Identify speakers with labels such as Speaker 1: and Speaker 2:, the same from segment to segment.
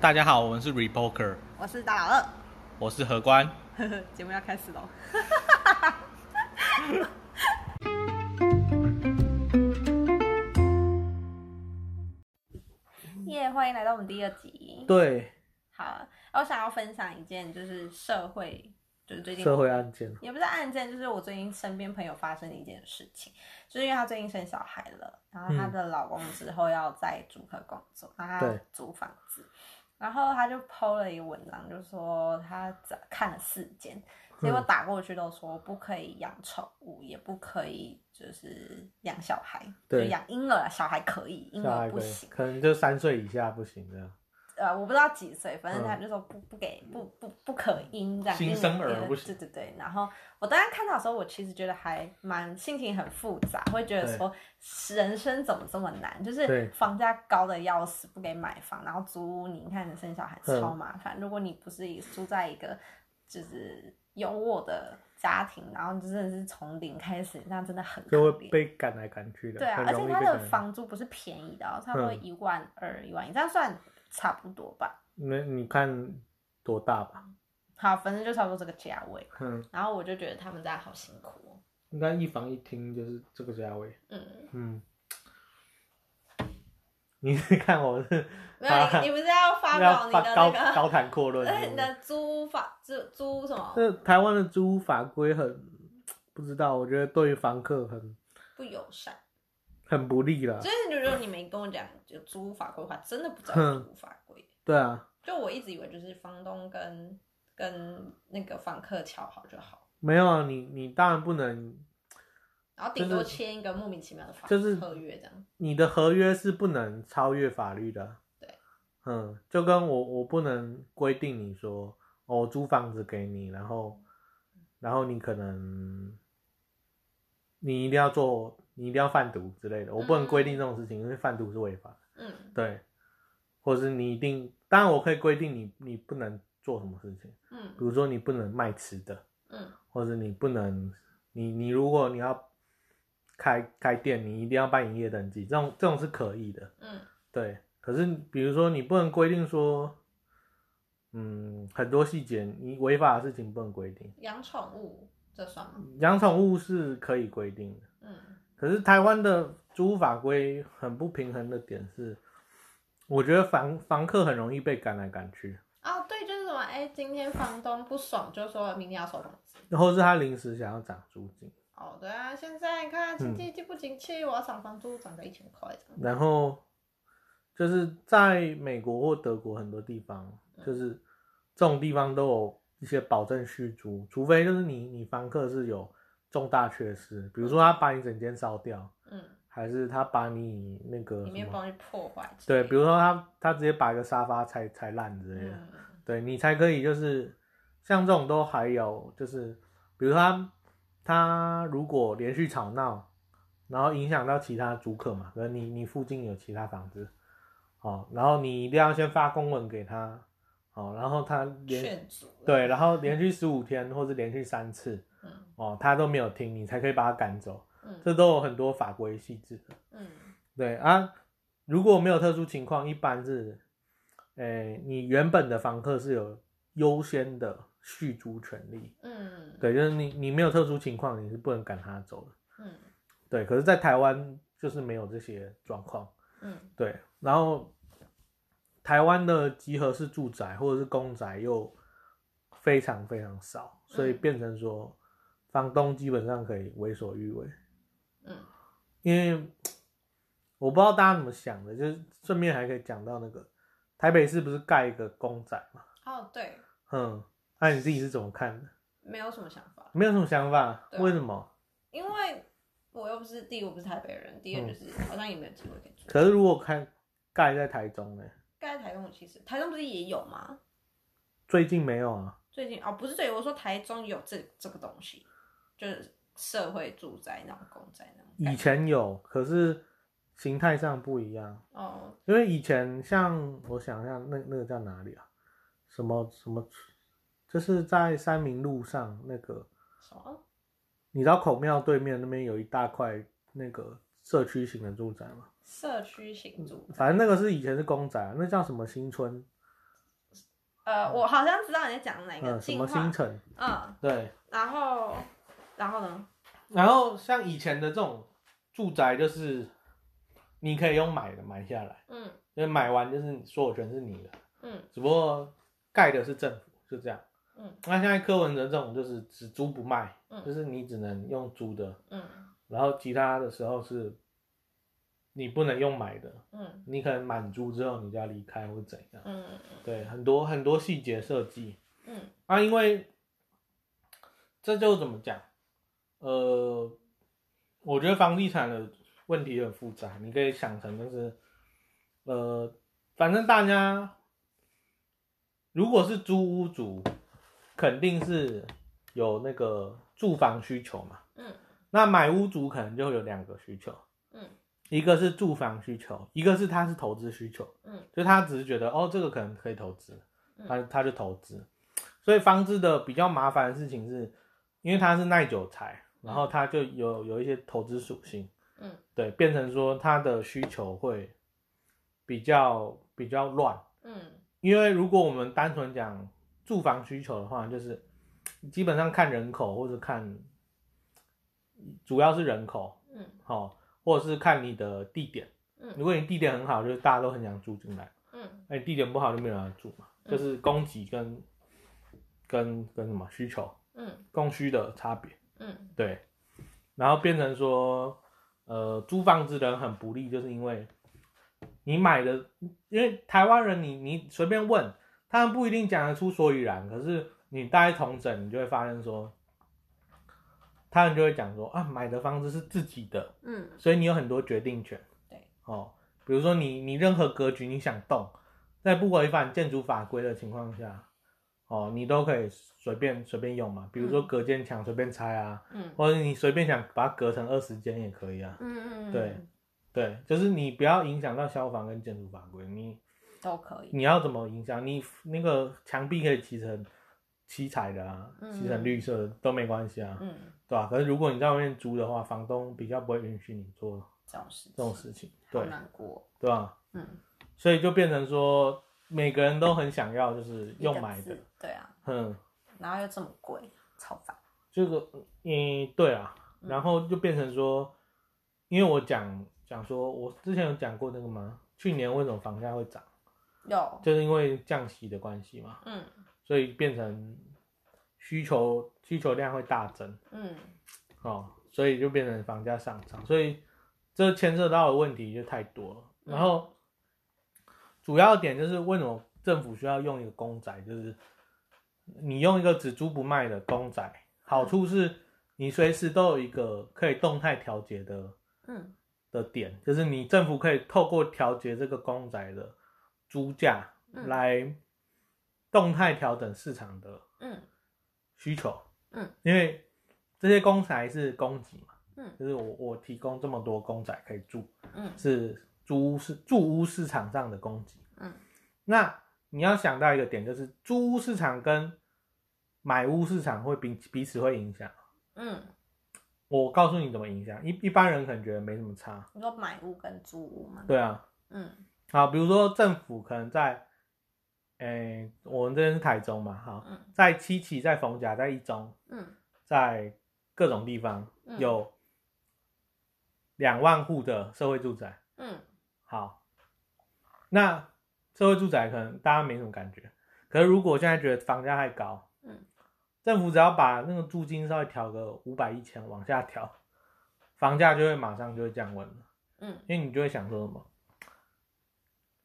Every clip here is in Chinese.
Speaker 1: 大家好，我们是 Repoker，
Speaker 2: 我是大老二
Speaker 1: 我是何官。
Speaker 2: 呵呵， 节目要开始喽。耶欢迎来到我们第二集。
Speaker 3: 对，
Speaker 2: 好，我想要分享一件就是社会，就是最近
Speaker 3: 社会案件，
Speaker 2: 也不是案件，就是我最近身边朋友发生的一件事情，就是因为她最近生小孩了，然后她的老公之后要在主科工作，然后她
Speaker 3: 嗯对
Speaker 2: 租房子，然后她就 PO 了一个文章，就说她只看了四间，结
Speaker 3: 嗯
Speaker 2: 果打过去都说不可以养宠物，也不可以就是养小孩，就
Speaker 3: 对
Speaker 2: 养婴儿，小孩可以，婴
Speaker 3: 小
Speaker 2: 儿
Speaker 3: 孩
Speaker 2: 嗯不
Speaker 3: 可以
Speaker 2: 行，。
Speaker 3: 可能就三岁以下不行这样。
Speaker 2: 呃，我不知道几岁，反正
Speaker 3: 嗯
Speaker 2: 他就说不不给不不不可因这样，
Speaker 1: 新生儿
Speaker 2: 因为
Speaker 1: 不行
Speaker 2: 对对对。然后我当时看到的时候，我其实觉得还蛮心情很复杂，会觉得
Speaker 3: 对
Speaker 2: 说人生怎么这么难？就是
Speaker 3: 对
Speaker 2: 房价高的要死，不给买房，然后租屋，你看你生小孩
Speaker 3: 嗯
Speaker 2: 超麻烦。如果你不是住在一个就是优渥的家庭，然后你真的是从零开始，那真的很
Speaker 3: 就会
Speaker 2: 可怜
Speaker 3: 被赶来赶去的，
Speaker 2: 对啊，
Speaker 3: 很
Speaker 2: 而
Speaker 3: 容
Speaker 2: 且
Speaker 3: 易
Speaker 2: 他
Speaker 3: 被
Speaker 2: 的
Speaker 3: 赶来
Speaker 2: 房租不是便宜的、哦，差不多
Speaker 3: 嗯
Speaker 2: 一万二、一万一，这样算差不多吧。
Speaker 3: 那你看多大吧？
Speaker 2: 好，反正就差不多这个价位。
Speaker 3: 嗯，
Speaker 2: 然后我就觉得他们家好辛苦、哦。
Speaker 3: 应该一房一厅就是这个价位。
Speaker 2: 嗯，
Speaker 3: 嗯，你是看我是
Speaker 2: 没有，
Speaker 3: 啊
Speaker 2: 你你不是要发表
Speaker 3: 要
Speaker 2: 你
Speaker 3: 发
Speaker 2: 的
Speaker 3: 高
Speaker 2: 那
Speaker 3: 高谈阔论
Speaker 2: 个，
Speaker 3: 是
Speaker 2: 呃
Speaker 3: 不
Speaker 2: 你
Speaker 3: 是？
Speaker 2: 的租法租租什么
Speaker 3: 这台湾的租屋法规很不知道，我觉得对于房客很
Speaker 2: 不友善？
Speaker 3: 很不利了
Speaker 2: 所。以如果你没跟我讲就租法规的话，真的不知道
Speaker 3: 哼
Speaker 2: 租法规。
Speaker 3: 对啊，
Speaker 2: 就我一直以为就是房东跟跟那个房客瞧好就好，
Speaker 3: 没有啊，你你当然不能
Speaker 2: 然后顶多签一个莫名其妙的法
Speaker 3: 就是
Speaker 2: 合约这样。
Speaker 3: 你的合约是不能超越法律的。
Speaker 2: 对，
Speaker 3: 嗯，就跟我我不能规定你说，哦，我租房子给你，然后，然后你可能，你一定要做，你一定要贩毒之类的，我不能规定这种事情，因为贩毒是违法的。
Speaker 2: 嗯
Speaker 3: 对，或是你一定，当然我可以规定你你不能做什么事情，比
Speaker 2: 嗯
Speaker 3: 如说你不能卖吃的，
Speaker 2: 嗯
Speaker 3: 或者你不能，你你如果你要开开店，你一定要办营业登记，这种这种是可以的，
Speaker 2: 嗯
Speaker 3: 对。可是比如说你不能规定说，嗯，很多细节你违法的事情不能规定，
Speaker 2: 养宠物这算吗？
Speaker 3: 养宠物是可以规定的。
Speaker 2: 嗯
Speaker 3: 可是台湾的租屋法规很不平衡的点是，我觉得房房客很容易被赶来赶去，
Speaker 2: 哦，对，就是什么，哎，今天房东不爽，就说明天要收房子。
Speaker 3: 然后是他临时想要涨租金，
Speaker 2: 哦，对啊，现在你看经
Speaker 3: 嗯
Speaker 2: 济就不景气，我要涨房租，涨个一千块这样。
Speaker 3: 然后就是在美国或德国很多地方，就是这种地方都有一些保证续租，除非就是你你房客是有重大缺失，比如说他把你整间烧掉，
Speaker 2: 嗯，
Speaker 3: 还是他把你那个
Speaker 2: 里
Speaker 3: 什
Speaker 2: 面
Speaker 3: 么，
Speaker 2: 帮你破坏之类
Speaker 3: 对，
Speaker 2: 的。
Speaker 3: 比如说他他直接把一个沙发拆拆烂之类的，
Speaker 2: 嗯，
Speaker 3: 对你才可以就是像这种都还有就是，比如说他他如果连续吵闹，然后影响到其他租客嘛，可能你你附近有其他房子，哦，然后你一定要先发公文给他，哦，然后他连
Speaker 2: 劝阻。
Speaker 3: 对，，然后连续十五天或是连续三次，
Speaker 2: 嗯
Speaker 3: 哦，他都没有听，你才可以把他赶走，
Speaker 2: 嗯
Speaker 3: 这都有很多法规细致的。
Speaker 2: 嗯
Speaker 3: 对啊，如果没有特殊情况，一般是，诶、你原本的房客是有优先的续租权利。
Speaker 2: 嗯，
Speaker 3: 对，就是你你没有特殊情况，你是不能赶他走的。
Speaker 2: 嗯
Speaker 3: 对，可是，在台湾就是没有这些状况。
Speaker 2: 嗯
Speaker 3: 对，然后台湾的集合式住宅或者是公宅又非常非常少，所以
Speaker 2: 嗯
Speaker 3: 变成说，房东基本上可以为所欲为。
Speaker 2: 嗯
Speaker 3: 因为我不知道大家怎么想的，就是顺便还可以讲到那个台北市不是盖一个公仔嘛，
Speaker 2: 哦，对，
Speaker 3: 嗯，那、你自己是怎么看的？
Speaker 2: 没有什么想法，
Speaker 3: 没有什么想法，
Speaker 2: 对啊
Speaker 3: 为什么？
Speaker 2: 因为我又不是第一，我不是台北人，第二
Speaker 3: 嗯
Speaker 2: 就是好像也没有机会可以住。
Speaker 3: 可是如果看盖在台中呢、
Speaker 2: 盖在台中其实台中不是也有吗？
Speaker 3: 最近没有啊，
Speaker 2: 最近哦，不是最近，我说台中有这这个东西，就是社会住宅那种公宅那种概
Speaker 3: 以
Speaker 2: 念。
Speaker 3: 前有，可是形态上不一样，
Speaker 2: 哦，
Speaker 3: 因为以前像我想一下，那那个叫哪里啊？什么什么，就是在三民路上那个
Speaker 2: 什么？
Speaker 3: 你知道孔庙对面那边有一大块那个社区型的住宅吗？
Speaker 2: 社区型住宅
Speaker 3: 嗯反正那个是以前是公宅啊，那叫什么新村
Speaker 2: 呃，我好像知道你在讲哪个
Speaker 3: 嗯，什
Speaker 2: 进
Speaker 3: 么
Speaker 2: 化
Speaker 3: 星，辰，
Speaker 2: 嗯，
Speaker 3: 对。
Speaker 2: 然后然后呢？
Speaker 3: 然后像以前的这种住宅，就是你可以用买的买下来，
Speaker 2: 嗯
Speaker 3: 因为买完就是所有权是你的，
Speaker 2: 嗯
Speaker 3: 只不过盖的是政府，就这样。
Speaker 2: 嗯
Speaker 3: 那现在柯文哲这种就是只租不卖，
Speaker 2: 嗯
Speaker 3: 就是你只能用租的，
Speaker 2: 嗯
Speaker 3: 然后其他的时候是你不能用买的，
Speaker 2: 嗯
Speaker 3: 你可能满租之后你就要离开或怎样。
Speaker 2: 嗯
Speaker 3: 对，很多很多细节设计
Speaker 2: 嗯
Speaker 3: 啊，因为这就怎么讲，呃，我觉得房地产的问题很复杂，你可以想成就是，呃，反正大家如果是租屋族，肯定是有那个住房需求嘛，
Speaker 2: 嗯
Speaker 3: 那买屋族可能就会有两个需求，
Speaker 2: 嗯
Speaker 3: 一个是住房需求，一个是他是投资需求，
Speaker 2: 嗯
Speaker 3: 就他只是觉得哦，这个可能可以投资，
Speaker 2: 嗯
Speaker 3: 他他就投资。所以房子的比较麻烦的事情是，因为它是耐久材，然后它就有有一些投资属性，
Speaker 2: 嗯
Speaker 3: 对，变成说它的需求会比较比较乱。
Speaker 2: 嗯
Speaker 3: 因为如果我们单纯讲住房需求的话，就是基本上看人口或者看，主要是人口，
Speaker 2: 嗯
Speaker 3: 哦，或者是看你的地点。
Speaker 2: 嗯
Speaker 3: 如果你地点很好，就是大家都很想住进来；
Speaker 2: 嗯
Speaker 3: 那你地点不好，就没有人要住嘛。
Speaker 2: 嗯
Speaker 3: 就是供给跟跟跟什么需求、
Speaker 2: 嗯
Speaker 3: 供需的差别，
Speaker 2: 嗯
Speaker 3: 对。然后变成说，呃，租房子的人很不利，就是因为你买的，因为台湾人你你随便问，他们不一定讲得出所以然，可是你大概同整，你就会发现说，他们就会讲说啊，买的房子是自己的，
Speaker 2: 嗯
Speaker 3: 所以你有很多决定权。
Speaker 2: 对，
Speaker 3: 哦，比如说你你任何格局你想动，在不违反建筑法规的情况下，哦，你都可以随便随便用嘛。比如说隔间墙随便拆啊，
Speaker 2: 嗯
Speaker 3: 或者你随便想把它隔成二十间也可以啊。
Speaker 2: 嗯，
Speaker 3: 对，对，就是你不要影响到消防跟建筑法规。你
Speaker 2: 都可以，
Speaker 3: 你要怎么影响？你那个墙壁可以漆成七彩的啊，
Speaker 2: 嗯
Speaker 3: 漆成绿色的都没关系啊，
Speaker 2: 嗯，
Speaker 3: 对吧、可是如果你在外面租的话，房东比较不会允许你做
Speaker 2: 这种事情，
Speaker 3: 这种事情，
Speaker 2: 好
Speaker 3: 对
Speaker 2: 难过，
Speaker 3: 对吧、
Speaker 2: 嗯，
Speaker 3: 所以就变成说，每个人都很想要，就是用买
Speaker 2: 一个
Speaker 3: 的
Speaker 2: 字，，对啊，
Speaker 3: 嗯，
Speaker 2: 然后又这么贵，超烦，
Speaker 3: 这个，嗯，对啊，然后就变成说，因为我讲讲说，我之前有讲过那个吗？去年为什么房价会涨，
Speaker 2: 有，
Speaker 3: 就是因为降息的关系嘛，
Speaker 2: 嗯
Speaker 3: 所以变成需求需求量会大增
Speaker 2: 嗯
Speaker 3: 哦，所以就变成房价上涨，所以这牵涉到的问题就太多了。然后主要点就是为什么政府需要用一个公仔，就是你用一个只租不卖的公仔，好处是你随时都有一个可以动态调节的
Speaker 2: 嗯
Speaker 3: 的点，就是你政府可以透过调节这个公仔的租价
Speaker 2: 嗯
Speaker 3: 来动态调整市场的
Speaker 2: 嗯
Speaker 3: 需求，
Speaker 2: 嗯，
Speaker 3: 因为这些公仔是供给嘛，
Speaker 2: 嗯
Speaker 3: 就是我我提供这么多公仔可以住，
Speaker 2: 嗯
Speaker 3: 是租屋市住屋市场上的供给。
Speaker 2: 嗯
Speaker 3: 那你要想到一个点，就是租屋市场跟买屋市场会彼彼此会影响。
Speaker 2: 嗯，
Speaker 3: 我告诉你怎么影响，一一般人可能觉得没什么差，
Speaker 2: 你说买屋跟租屋吗？
Speaker 3: 对啊，
Speaker 2: 嗯
Speaker 3: 好，比如说政府可能在，诶、我们这边是台中嘛，好，
Speaker 2: 嗯
Speaker 3: 在七期、在逢甲、在一中、
Speaker 2: 嗯
Speaker 3: 在各种地方
Speaker 2: 嗯
Speaker 3: 有两万户的社会住宅。
Speaker 2: 嗯
Speaker 3: 好，那社会住宅可能大家没什么感觉，可是如果现在觉得房价太高，
Speaker 2: 嗯，
Speaker 3: 政府只要把那个租金稍微调个五百一千往下调，房价就会马上就会降温了，
Speaker 2: 嗯，
Speaker 3: 因为你就会想说什么，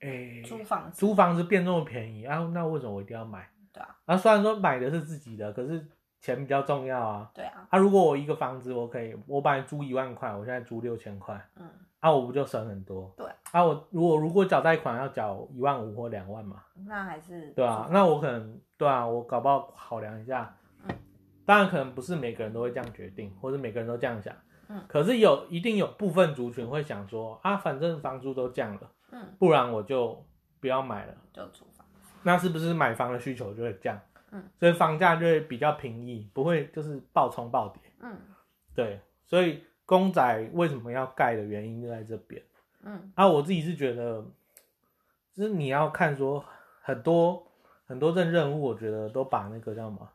Speaker 3: 诶、
Speaker 2: 租房子，
Speaker 3: 租房子变这么便宜啊，那为什么我一定要买？
Speaker 2: 对啊
Speaker 3: 啊，虽然说买的是自己的，可是钱比较重要啊。
Speaker 2: 对啊，
Speaker 3: 啊，如果我一个房子我可以，我本来租一万块，我现在租六千块，
Speaker 2: 嗯，
Speaker 3: 啊，我不就省很多？
Speaker 2: 对。
Speaker 3: 啊，我如果如果缴贷款要缴一万五或两万嘛，
Speaker 2: 那还是
Speaker 3: 对啊，那我可能对啊，我搞不好考量一下
Speaker 2: 嗯。
Speaker 3: 当然，可能不是每个人都会这样决定，或者每个人都这样想。
Speaker 2: 嗯
Speaker 3: 可是有一定有部分族群会想说啊，反正房租都降了，
Speaker 2: 嗯，
Speaker 3: 不然我就不要买了。
Speaker 2: 就租房，
Speaker 3: 那是不是买房的需求就会降？
Speaker 2: 嗯，
Speaker 3: 所以房价就会比较平抑，不会就是暴冲暴跌。
Speaker 2: 嗯
Speaker 3: 对，所以公仔为什么要盖的原因就在这边。
Speaker 2: 嗯
Speaker 3: 啊，我自己是觉得，就是你要看说很多很多证任务，我觉得都把那个叫什么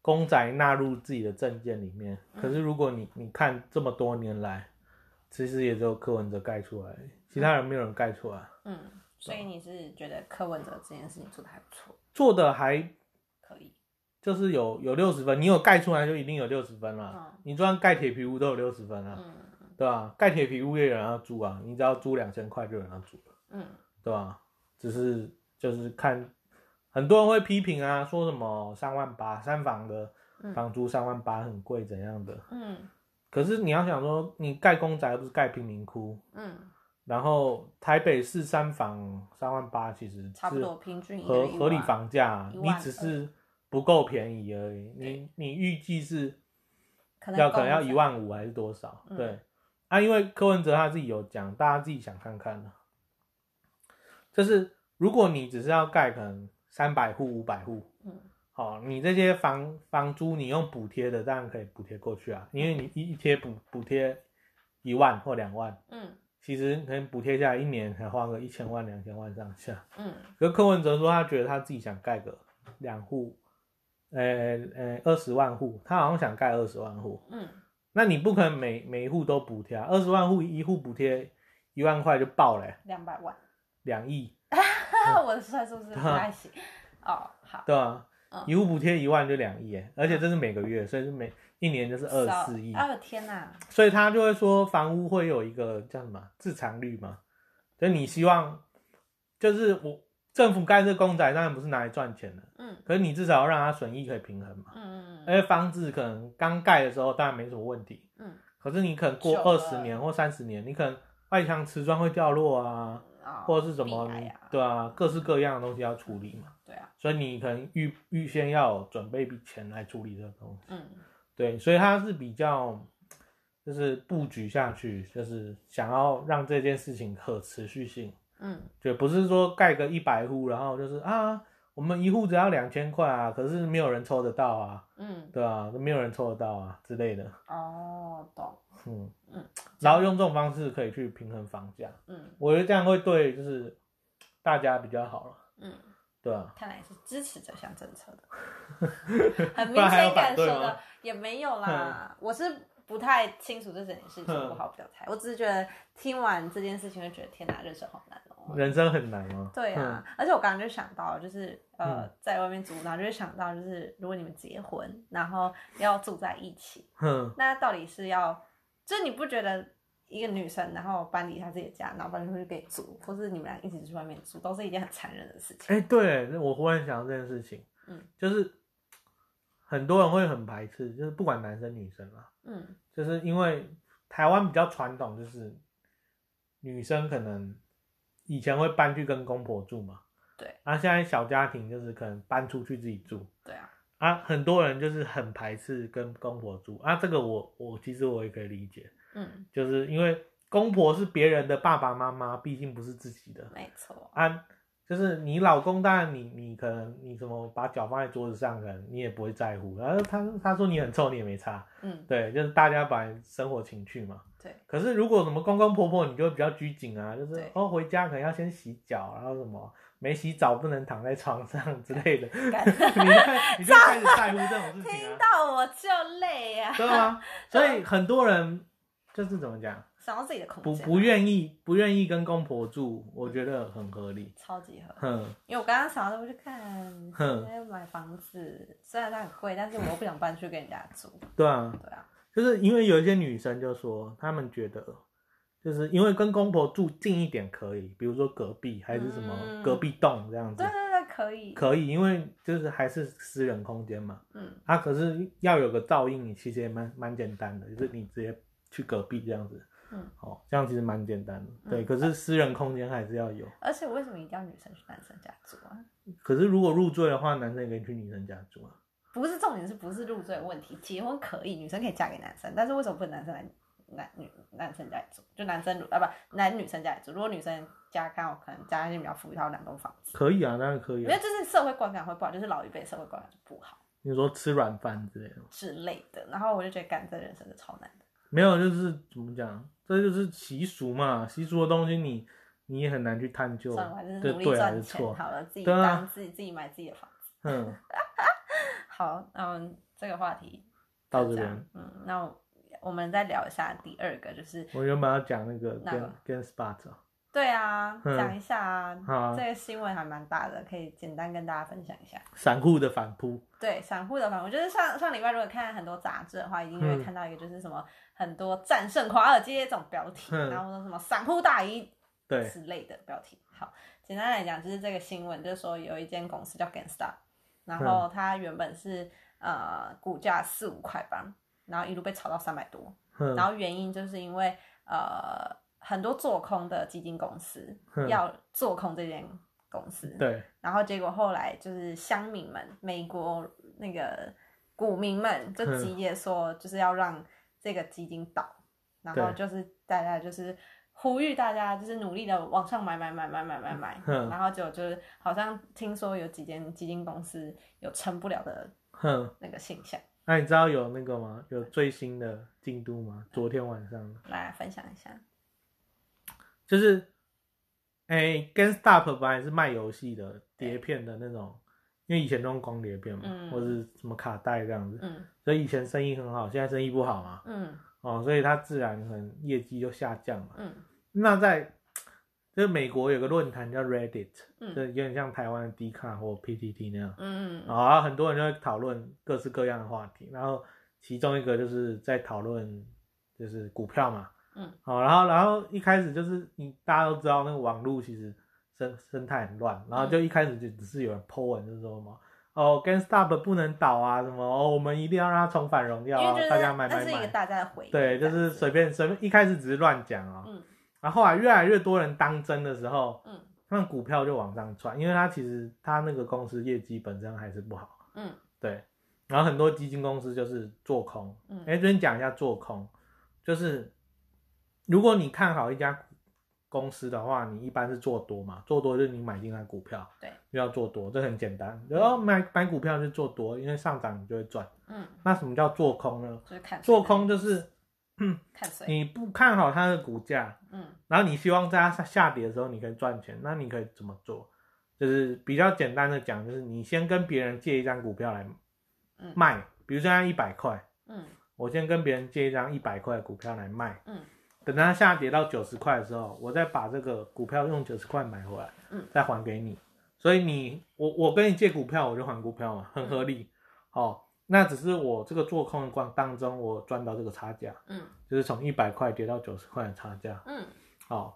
Speaker 3: 公仔纳入自己的证件里面。可是如果你你看这么多年来，其实也只有柯文哲盖出来，其他人没有人盖出来，
Speaker 2: 嗯，所以你是觉得柯文哲这件事情做的还不错，
Speaker 3: 做的还
Speaker 2: 可以，
Speaker 3: 就是有有六十分，你有盖出来就一定有六十分啦。
Speaker 2: 嗯
Speaker 3: 你就算盖铁皮屋都有六十分啊，
Speaker 2: 嗯
Speaker 3: 对吧、盖铁皮屋也有人要租啊，你只要租两千块就有人要租了。
Speaker 2: 嗯
Speaker 3: 对吧、只是就是看，很多人会批评啊，说什么三万八三房的
Speaker 2: 嗯
Speaker 3: 房租三万八很贵怎样的。
Speaker 2: 嗯
Speaker 3: 可是你要想说，你盖公宅又不是盖贫民窟，
Speaker 2: 嗯，
Speaker 3: 然后台北市三房三万八其实
Speaker 2: 差不
Speaker 3: 是
Speaker 2: 多平均一个
Speaker 3: 合
Speaker 2: 一万
Speaker 3: 合理房价，
Speaker 2: 一
Speaker 3: 你
Speaker 2: 万
Speaker 3: 只
Speaker 2: 二
Speaker 3: 是不够便宜而已。
Speaker 2: 对
Speaker 3: 你你预计是
Speaker 2: 可能
Speaker 3: 要可能要
Speaker 2: 公
Speaker 3: 一万五还是多少？
Speaker 2: 嗯
Speaker 3: 对，啊，因为柯文哲他自己有讲，大家自己想看看啊就是如果你只是要盖可能三百户、五百户，
Speaker 2: 嗯，
Speaker 3: 好、你这些房房租你用补贴的，当然可以补贴过去啊，因为你一一贴补补贴一万或两万，
Speaker 2: 嗯
Speaker 3: 其实可能补贴下来一年才花个一千万、两千万上下。
Speaker 2: 嗯
Speaker 3: 可柯文哲说，他觉得他自己想盖个两户，呃呃二十万户，他好像想盖二十万户，
Speaker 2: 嗯
Speaker 3: 那你不可能每每一户都补贴啊，二十万户一户补贴一万块就爆了欸、
Speaker 2: 两百 万，
Speaker 3: 两亿，
Speaker 2: 我的算数是不太 行哦，好，
Speaker 3: 对吧、
Speaker 2: 嗯
Speaker 3: 一户补贴一万就两亿、欸，而且这是每个月，所以是每一年就是二
Speaker 2: 少
Speaker 3: 四亿，
Speaker 2: 啊天哪，
Speaker 3: 所以他就会说房屋会有一个叫什么啊自偿率嘛，就你希望，就是我政府盖这公仔当然不是拿来赚钱的，
Speaker 2: 嗯
Speaker 3: 可是你至少要让它损益可以平衡嘛。
Speaker 2: 嗯嗯
Speaker 3: 而且房子可能刚盖的时候当然没什么问题，
Speaker 2: 嗯
Speaker 3: 可是你可能过
Speaker 2: 久
Speaker 3: 二
Speaker 2: 了
Speaker 3: 十年或三十年，你可能外墙瓷砖会掉落啊，
Speaker 2: 嗯，哦
Speaker 3: 或者是什么
Speaker 2: 壁
Speaker 3: 你
Speaker 2: 癌啊，
Speaker 3: 对啊，各式各样的东西要处理嘛，
Speaker 2: 对啊，
Speaker 3: 所以你可能预预先要有准备一笔钱来处理这个东西。
Speaker 2: 嗯
Speaker 3: 对，所以他是比较就是布局下去，就是想要让这件事情可持续性，
Speaker 2: 嗯
Speaker 3: 就不是说盖个一百户，然后就是啊，我们一户只要两千块啊，可是没有人抽得到啊，
Speaker 2: 嗯，
Speaker 3: 对啊，没有人抽得到啊之类的，
Speaker 2: 哦懂，
Speaker 3: 嗯
Speaker 2: 嗯，
Speaker 3: 然后用这种方式可以去平衡房价，
Speaker 2: 嗯
Speaker 3: 我觉得这样会对就是大家比较好了，
Speaker 2: 嗯。
Speaker 3: 对啊。
Speaker 2: 看来是支持这项政策的， 很
Speaker 3: 不然
Speaker 2: 明
Speaker 3: 还有
Speaker 2: 显
Speaker 3: 反
Speaker 2: 感受
Speaker 3: 对吗
Speaker 2: 的也没有啦。我是不太清楚这整件事
Speaker 3: 嗯
Speaker 2: 情，不好表态。我只是觉得听完这件事情，会觉得天哪，人生好难哦。
Speaker 3: 人生很难吗？
Speaker 2: 对啊，而且我刚刚就想到，就是呃
Speaker 3: 嗯，
Speaker 2: 在外面租，然后就会想到，就是如果你们结婚，然后要住在一起，
Speaker 3: 哼，哼，
Speaker 2: 那到底是要，就是你不觉得一个女生，然后搬离她自己的家，然后搬出去给租，或是你们俩一起去外面住，都是一件很残忍的事情。
Speaker 3: 哎、对我忽然想到这件事情，
Speaker 2: 嗯，
Speaker 3: 就是很多人会很排斥，就是不管男生女生啦，
Speaker 2: 嗯
Speaker 3: 就是因为台湾比较传统，就是女生可能以前会搬去跟公婆住嘛，
Speaker 2: 对，
Speaker 3: 啊，现在小家庭就是可能搬出去自己住，
Speaker 2: 对啊，
Speaker 3: 啊，很多人就是很排斥跟公婆住，啊，这个我我其实我也可以理解，
Speaker 2: 嗯，
Speaker 3: 就是因为公婆是别人的爸爸妈妈，毕竟不是自己的，
Speaker 2: 没错。
Speaker 3: 啊，就是你老公，当然你你可能你什么把脚放在桌子上，可能你也不会在乎。然后他他说你很臭，你也没差。
Speaker 2: 嗯，
Speaker 3: 对，就是大家把生活情趣嘛。
Speaker 2: 对，
Speaker 3: 可是如果什么公公婆婆，你就会比较拘谨啊，就是
Speaker 2: 对
Speaker 3: 哦回家可能要先洗脚，然后什么没洗澡不能躺在床上之类的，
Speaker 2: 感
Speaker 3: 你就你就开始在乎这种事情
Speaker 2: 听
Speaker 3: 啊，
Speaker 2: 到我就累啊呀、
Speaker 3: 对吗？所以很多人就是怎么讲，
Speaker 2: 想到自己的空
Speaker 3: 不
Speaker 2: 间、啊
Speaker 3: 不愿意不愿意跟公婆住，我觉得很合理。
Speaker 2: 超级合。
Speaker 3: 哼
Speaker 2: 因为我刚刚想到，我就看
Speaker 3: 哼
Speaker 2: 现在买房子，虽然它很贵，但是我又不想搬去跟人家住。
Speaker 3: 对啊，
Speaker 2: 对啊，
Speaker 3: 就是因为有一些女生就说，她们觉得，就是因为跟公婆住近一点可以，比如说隔壁还是什么
Speaker 2: 嗯
Speaker 3: 隔壁栋这样子、
Speaker 2: 对对对，可以。
Speaker 3: 可以，因为就是还是私人空间嘛。
Speaker 2: 嗯
Speaker 3: 啊，可是要有个照应，其实也蛮蛮简单的，就是你直接去隔壁这样子，
Speaker 2: 嗯，
Speaker 3: 哦，这样其实蛮简单的。对，
Speaker 2: 嗯
Speaker 3: 可是私人空间还是要有。
Speaker 2: 而且为什么一定要女生去男生家住啊？
Speaker 3: 可是如果入赘的话，男生也可以去女生家住啊。
Speaker 2: 不是重点，是不是入赘问题？结婚可以，女生可以嫁给男生，但是为什么不能男生来男女男生家里住？就男生如啊不男女生家里住，如果女生家刚好可能家境比较富裕，她有两栋房子。
Speaker 3: 可以啊，当然可以、
Speaker 2: 没
Speaker 3: 啊。
Speaker 2: 有，就是社会观感会不好，就是老一辈社会观感就不好
Speaker 3: 你说吃软饭之类的吗。
Speaker 2: 之类的。然后我就觉得干这人生是超难的。
Speaker 3: 没有，就是怎么讲，这就是习俗嘛。习俗的东西你，你你也很难去探究
Speaker 2: 算了，我还是
Speaker 3: 对
Speaker 2: 努力
Speaker 3: 对啊还
Speaker 2: 赚
Speaker 3: 是错
Speaker 2: 钱。好了，自己
Speaker 3: 对啊
Speaker 2: 当自己自己买自己的房子。
Speaker 3: 嗯，
Speaker 2: 好，那我们这个话题
Speaker 3: 到
Speaker 2: 就
Speaker 3: 这
Speaker 2: 这
Speaker 3: 边
Speaker 2: 样，嗯，那我我们再聊一下第二个，就是
Speaker 3: 我原本要讲那个
Speaker 2: 哪
Speaker 3: 跟
Speaker 2: 个嗯
Speaker 3: 跟 spot 哦
Speaker 2: 对啊，
Speaker 3: 嗯
Speaker 2: 讲一下啊，
Speaker 3: 好啊
Speaker 2: 这个新闻还蛮大的，可以简单跟大家分享一下。
Speaker 3: 散户的反扑，
Speaker 2: 对散户的反，我觉得上上礼拜如果看很多杂志的话，一定会
Speaker 3: 嗯
Speaker 2: 看到一个就是什么很多战胜华尔街这种标题，
Speaker 3: 嗯
Speaker 2: 然后说什么散户大赢
Speaker 3: 对，
Speaker 2: 之类的标题。好，简单来讲就是这个新闻，就是说有一间公司叫 GameStop，然后
Speaker 3: 嗯
Speaker 2: 它原本是呃股价四五块吧，然后一路被炒到三百多，
Speaker 3: 嗯
Speaker 2: 然后原因就是因为呃很多做空的基金公司
Speaker 3: 嗯
Speaker 2: 要做空这间公司，
Speaker 3: 对，
Speaker 2: 然后结果后来就是乡民们，美国那个股民们就
Speaker 3: 嗯
Speaker 2: 集结说，就是要让这个基金倒，然后
Speaker 3: 对
Speaker 2: 就是大家就是呼吁大家就是努力的往上买买买买买买买，
Speaker 3: 嗯
Speaker 2: 然后就就是好像听说有几间基金公司有撑不了的
Speaker 3: 哼，
Speaker 2: 那个现象，
Speaker 3: 那你知道有那个吗？有最新的进度吗？昨天晚上的，
Speaker 2: 来分享一下。
Speaker 3: 就是，哎、g a m e s t o p 本来是卖游戏的碟片的那种，因为以前都用光碟片嘛，
Speaker 2: 嗯
Speaker 3: 或者是什么卡带这样子，
Speaker 2: 嗯
Speaker 3: 所以以前生意很好，现在生意不好嘛，
Speaker 2: 嗯
Speaker 3: 哦，所以它自然很业绩就下降嘛。
Speaker 2: 嗯
Speaker 3: 那在就是美国有个论坛叫 Reddit，
Speaker 2: 嗯
Speaker 3: 就有点像台湾的 D 卡或 PTT 那样，
Speaker 2: 嗯嗯
Speaker 3: 啊，很多人就会讨论各式各样的话题，然后其中一个就是在讨论就是股票嘛，
Speaker 2: 嗯，
Speaker 3: 好，然后然后一开始就是你大家都知道那个网络其实生生态很乱，然后
Speaker 2: 嗯
Speaker 3: 就一开始就只是有人 po 文就是说什么。哦，GameStop 不能倒啊，什么哦，我们一定要让它重返荣
Speaker 2: 因
Speaker 3: 耀啊
Speaker 2: 为就！是
Speaker 3: 大家买
Speaker 2: 那
Speaker 3: 买
Speaker 2: 是一个
Speaker 3: 买，
Speaker 2: 大家的回忆，
Speaker 3: 对，就是随
Speaker 2: 便，
Speaker 3: 便随便，一开始只是乱讲哦，
Speaker 2: 嗯
Speaker 3: 然后后来越来越多人当真的时候，
Speaker 2: 嗯
Speaker 3: 那股票就往上窜，因为它其实它那个公司业绩本身还是不好，
Speaker 2: 嗯
Speaker 3: 对，然后很多基金公司就是做空。
Speaker 2: 嗯
Speaker 3: 哎，这边讲一下做空，就是如果你看好一家股公司的话，你一般是做多嘛，做多就是你买进它股票，
Speaker 2: 对，
Speaker 3: 就要做多，这很简单。然后买买股票就做多，因为上涨你就会赚。
Speaker 2: 嗯，
Speaker 3: 那什么叫做空呢？
Speaker 2: 就是看谁
Speaker 3: 做空就是
Speaker 2: 看谁，
Speaker 3: 你不看好它的股价，
Speaker 2: 嗯
Speaker 3: 然后你希望在它下下跌的时候你可以赚钱，那你可以怎么做？就是比较简单的讲，就是你先跟别人借一张股票来
Speaker 2: 嗯
Speaker 3: 卖，比如说它一百块，
Speaker 2: 嗯
Speaker 3: 我先跟别人借一张一百块的股票来卖，
Speaker 2: 嗯
Speaker 3: 等它下跌到九十块的时候，我再把这个股票用九十块买回来，
Speaker 2: 嗯
Speaker 3: 再还给你。所以你我我跟你借股票，我就还股票嘛，很合
Speaker 2: 嗯
Speaker 3: 理。哦，那只是我这个做空的过程当中，我赚到这个差价，
Speaker 2: 嗯
Speaker 3: 就是从一百块跌到九十块的差价。
Speaker 2: 嗯
Speaker 3: 好，哦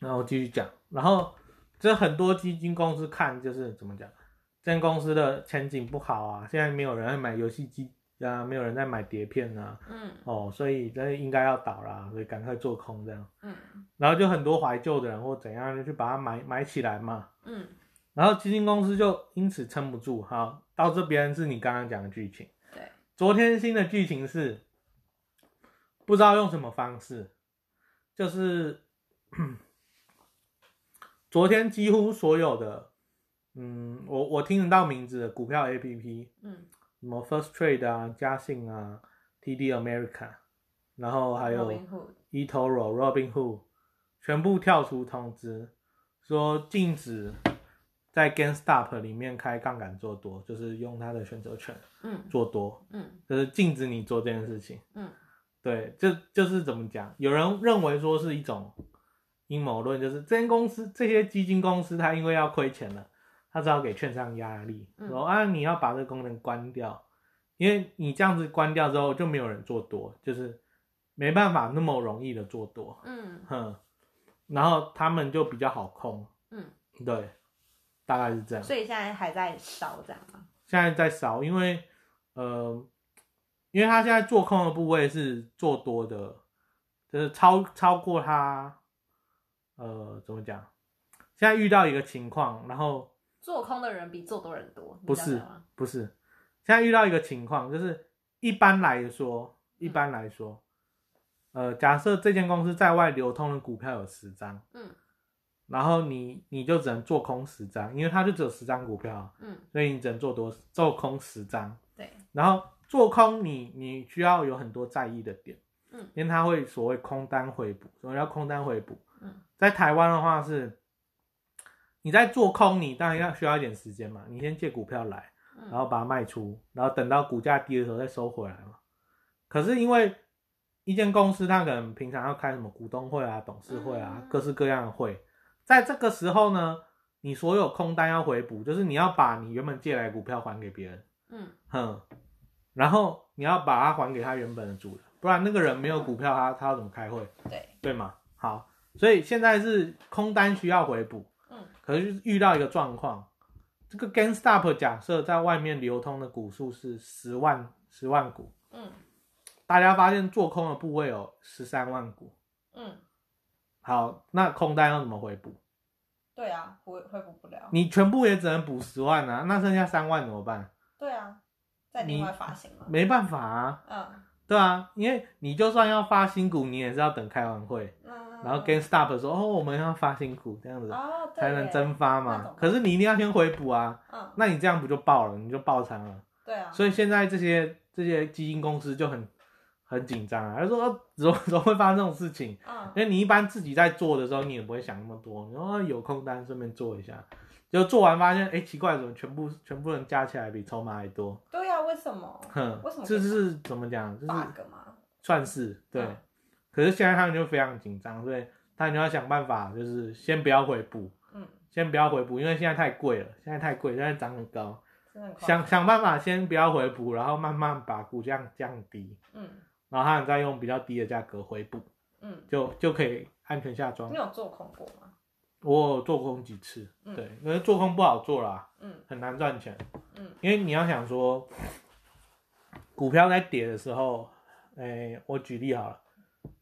Speaker 3: 那我继续讲。然后这很多基金公司看就是怎么讲，这间公司的前景不好啊，现在没有人在买游戏机啊，没有人在买碟片啊，
Speaker 2: 嗯
Speaker 3: 哦，所以这应该要倒啦，所以赶快做空这样。
Speaker 2: 嗯
Speaker 3: 然后就很多怀旧的人或怎样就去把它买买起来嘛，
Speaker 2: 嗯，
Speaker 3: 然后基金公司就因此撑不住。好，到这边是你刚刚讲的剧情。
Speaker 2: 对，
Speaker 3: 昨天新的剧情是，不知道用什么方式，就是 昨天几乎所有的，嗯，我我听得到名字的股票 A P P，
Speaker 2: 嗯，
Speaker 3: 什么 First Trade 啊、嘉信啊、T D America，然后还有
Speaker 2: Robin Hood
Speaker 3: eToro、Robinhood，全部跳出通知，说禁止在 GameStop 里面开杠杆做多，就是用它的选择权
Speaker 2: 嗯
Speaker 3: 做多，
Speaker 2: 嗯
Speaker 3: 就是禁止你做这件事情。
Speaker 2: 嗯
Speaker 3: 对，就就是怎么讲？有人认为说是一种阴谋论，就是这间公司、这些基金公司，它因为要亏钱了，它只好给券商压力，
Speaker 2: 嗯
Speaker 3: 说啊，你要把这个功能关掉，因为你这样子关掉之后，就没有人做多，就是没办法那么容易的做多，
Speaker 2: 嗯
Speaker 3: 哼，然后他们就比较好控，
Speaker 2: 嗯，
Speaker 3: 对，大概是这样。
Speaker 2: 所以现在还在烧这样吗？
Speaker 3: 现在在少，因为呃，因为他现在做空的部位是做多的，就是超超过他呃怎么讲？现在遇到一个情况，然后
Speaker 2: 做空的人比做多人多，
Speaker 3: 不
Speaker 2: 你知
Speaker 3: 是
Speaker 2: 道吗？
Speaker 3: 不是，现在遇到一个情况，就是一般来说，一般来说，呃，假设这间公司在外流通的股票有十张，
Speaker 2: 嗯
Speaker 3: 然后你你就只能做空十张，因为它就只有十张股票，
Speaker 2: 嗯，
Speaker 3: 所以你只能做多做空十张。
Speaker 2: 对，
Speaker 3: 然后做空你你需要有很多在意的点，
Speaker 2: 嗯
Speaker 3: 因为它会所谓空单回补，什么叫空单回补？
Speaker 2: 嗯
Speaker 3: 在台湾的话是，你在做空，你当然要需要一点时间嘛，你先借股票来，
Speaker 2: 嗯，
Speaker 3: 然后把它卖出，然后等到股价低的时候再收回来嘛。可是因为一间公司，它可能平常要开什么股东会啊、董事会啊
Speaker 2: 嗯，
Speaker 3: 各式各样的会，在这个时候呢，你所有空单要回补，就是你要把你原本借来的股票还给别人，
Speaker 2: 嗯
Speaker 3: 哼，然后你要把它还给他原本的主人，不然那个人没有股票，他他要怎么开会？
Speaker 2: 对，
Speaker 3: 对吗？好，所以现在是空单需要回补，
Speaker 2: 嗯
Speaker 3: 可是遇到一个状况，这个 GameStop 假设在外面流通的股数是十万十万股，
Speaker 2: 嗯
Speaker 3: 大家发现做空的部位有十三万股，
Speaker 2: 嗯，
Speaker 3: 好，那空单要怎么回补？
Speaker 2: 对啊，回恢复不了，
Speaker 3: 你全部也只能补十万啊，那剩下三万怎么办？
Speaker 2: 对啊，再另
Speaker 3: 你
Speaker 2: 外发行嘛，
Speaker 3: 没办法啊，
Speaker 2: 嗯
Speaker 3: 对啊，因为你就算要发新股，你也是要等开完会，
Speaker 2: 嗯，
Speaker 3: 然后 GameStop 说哦，我们要发新股这样子
Speaker 2: 哦对
Speaker 3: 才能
Speaker 2: 耶
Speaker 3: 蒸发
Speaker 2: 那怎
Speaker 3: 嘛
Speaker 2: 么，办
Speaker 3: 可是你一定要先回补啊。
Speaker 2: 嗯，
Speaker 3: 那你这样不就爆了？你就爆仓了。
Speaker 2: 对啊，
Speaker 3: 所以现在这些这些基金公司就很很紧张啊，他说哦怎么 怎么会发生这种事情？
Speaker 2: 嗯
Speaker 3: 因为你一般自己在做的时候，你也不会想那么多，你说哦有空单顺便做一下，就做完发现，哎，奇怪，怎么全部全部人加起来比筹码还多？
Speaker 2: 对啊，为什么
Speaker 3: 哼
Speaker 2: 为什么，
Speaker 3: 这是怎么讲？就是
Speaker 2: bug 嘛？
Speaker 3: 算是对。
Speaker 2: 嗯
Speaker 3: 可是现在他们就非常紧张，所以他们就要想办法，就是先不要回补，
Speaker 2: 嗯，
Speaker 3: 先不要回补，因为现在太贵了，现在太贵，现在涨很高。
Speaker 2: 真的很夸张
Speaker 3: 想想办法先不要回补，然后慢慢把股价降低，
Speaker 2: 嗯
Speaker 3: 然后他们再用比较低的价格回补，
Speaker 2: 嗯，
Speaker 3: 就就可以安全下庄
Speaker 2: 你。有做空过吗？
Speaker 3: 我有做空几次，
Speaker 2: 嗯
Speaker 3: 对，可是做空不好做啦，
Speaker 2: 嗯
Speaker 3: 很难赚钱，
Speaker 2: 嗯
Speaker 3: 因为你要想说，股票在跌的时候，哎，我举例好了，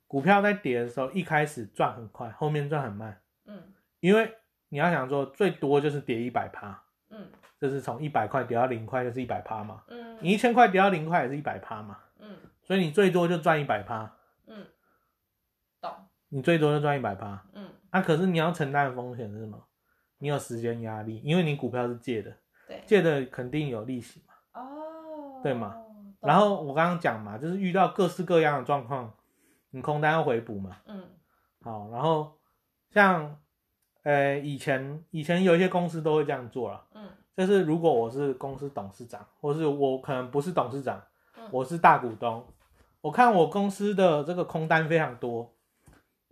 Speaker 3: 股票在跌的时候，一开始赚很快，后面赚很慢，
Speaker 2: 嗯
Speaker 3: 因为你要想说，最多就是跌一百趴，
Speaker 2: 嗯
Speaker 3: 就是从一百块跌到零块就是一百趴嘛，
Speaker 2: 嗯，
Speaker 3: 你一千块跌到零块也是一百趴嘛。
Speaker 2: 嗯
Speaker 3: 所以你最多就赚一百趴，
Speaker 2: 嗯，懂，
Speaker 3: 你最多就赚一百趴。
Speaker 2: 嗯
Speaker 3: 啊，可是你要承担的风险是什么？你有时间压力，因为你股票是借的，
Speaker 2: 对，
Speaker 3: 借的肯定有利息嘛。
Speaker 2: 哦，
Speaker 3: 对嘛
Speaker 2: 懂？
Speaker 3: 然后我刚刚讲嘛，就是遇到各式各样的状况，你空单要回补嘛。
Speaker 2: 嗯
Speaker 3: 好，然后像呃以前以前有一些公司都会这样做啦，
Speaker 2: 嗯
Speaker 3: 就是如果我是公司董事长，或是我可能不是董事长
Speaker 2: 嗯，
Speaker 3: 我是大股东，我看我公司的这个空单非常多，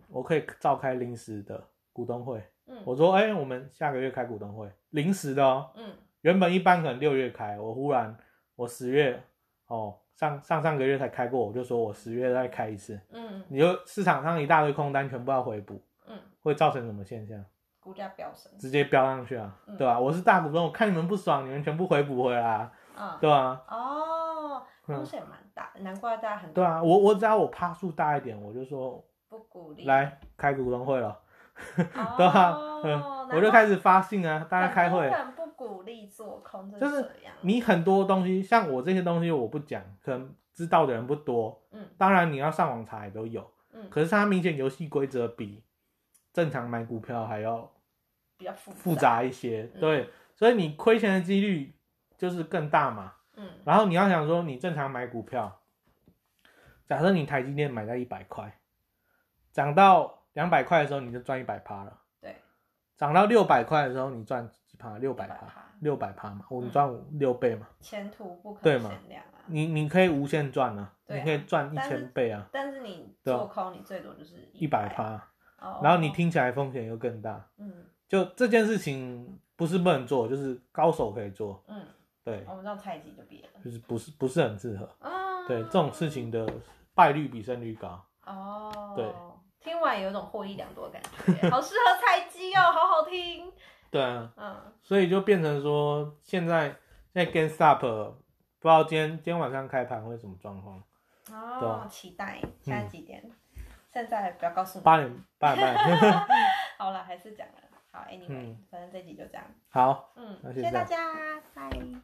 Speaker 3: 我可以召开临时的股东会。
Speaker 2: 嗯，
Speaker 3: 我说，哎、我们下个月开股东会，临时的哦。
Speaker 2: 嗯
Speaker 3: 原本一般可能六月开，我忽然我十月哦，上上上个月才开过，我就说我十月再开一次。
Speaker 2: 嗯
Speaker 3: 你就市场上一大堆空单全部要回补，
Speaker 2: 嗯，
Speaker 3: 会造成什么现象？
Speaker 2: 股价飙升，
Speaker 3: 直接飙上去啊，
Speaker 2: 嗯
Speaker 3: 对吧、我是大股东，我看你们不爽，你们全部回补回来啊、
Speaker 2: 嗯，
Speaker 3: 对啊，
Speaker 2: 哦，
Speaker 3: 嗯
Speaker 2: 风险蛮大，难怪大家很
Speaker 3: 对啊，我我只要我趴数大一点，我就说
Speaker 2: 不鼓励，
Speaker 3: 来开股东会了，
Speaker 2: 哦，
Speaker 3: 对啊，嗯，我就开始发信啊，大家开会。
Speaker 2: 很不鼓励做空，
Speaker 3: 就是
Speaker 2: 这样，
Speaker 3: 你很多东西，像我这些东西我不讲，可能知道的人不多。
Speaker 2: 嗯
Speaker 3: 当然你要上网查也都有，
Speaker 2: 嗯，
Speaker 3: 可是它明显游戏规则比正常买股票还要
Speaker 2: 比较复
Speaker 3: 复杂，一些，
Speaker 2: 嗯
Speaker 3: 对，所以你亏钱的几率就是更大嘛。
Speaker 2: 嗯
Speaker 3: 然后你要想说，你正常买股票，假设你台积电买在一百块，涨到两百块的时候你就赚一百趴了，
Speaker 2: 对，
Speaker 3: 涨到六百块的时候你赚几趴？六百
Speaker 2: 600
Speaker 3: 趴，六百趴嘛，
Speaker 2: 嗯
Speaker 3: 我们赚五六倍嘛，
Speaker 2: 前途不可
Speaker 3: 对嘛
Speaker 2: 限量啊，
Speaker 3: 你你可以无限赚啊，
Speaker 2: 对啊
Speaker 3: 你可以赚一
Speaker 2: 但是
Speaker 3: 千倍啊，
Speaker 2: 但是你
Speaker 3: 对啊
Speaker 2: 做空，你最多就是
Speaker 3: 一百，趴，啊
Speaker 2: 哦
Speaker 3: 然后你，听起来风险又更大，
Speaker 2: 嗯
Speaker 3: 就这件事情不是不能做，就是高手可以做，
Speaker 2: 嗯，
Speaker 3: 对，
Speaker 2: 我们这样太极就别了，
Speaker 3: 就是不是不是很适合，
Speaker 2: 嗯，
Speaker 3: 对，这种事情的败率比胜率高。
Speaker 2: 哦，
Speaker 3: 对，
Speaker 2: 听完有一种获益良多的感觉，好适合菜鸡哦，好好听。
Speaker 3: 对啊，
Speaker 2: 嗯
Speaker 3: 所以就变成说，现在现在 GameStop 不知道今天今天晚上开盘会什么状况？对啊，
Speaker 2: 哦
Speaker 3: 嗯
Speaker 2: 期待现在几点？现在不要告诉我。
Speaker 3: 八点八点半。
Speaker 2: 好了，还是讲了。好，Anyway，
Speaker 3: 嗯
Speaker 2: 反正这集就这样。
Speaker 3: 好，
Speaker 2: 嗯，
Speaker 3: 那
Speaker 2: 谢
Speaker 3: 就
Speaker 2: 谢
Speaker 3: 这
Speaker 2: 大
Speaker 3: 样
Speaker 2: 家，拜。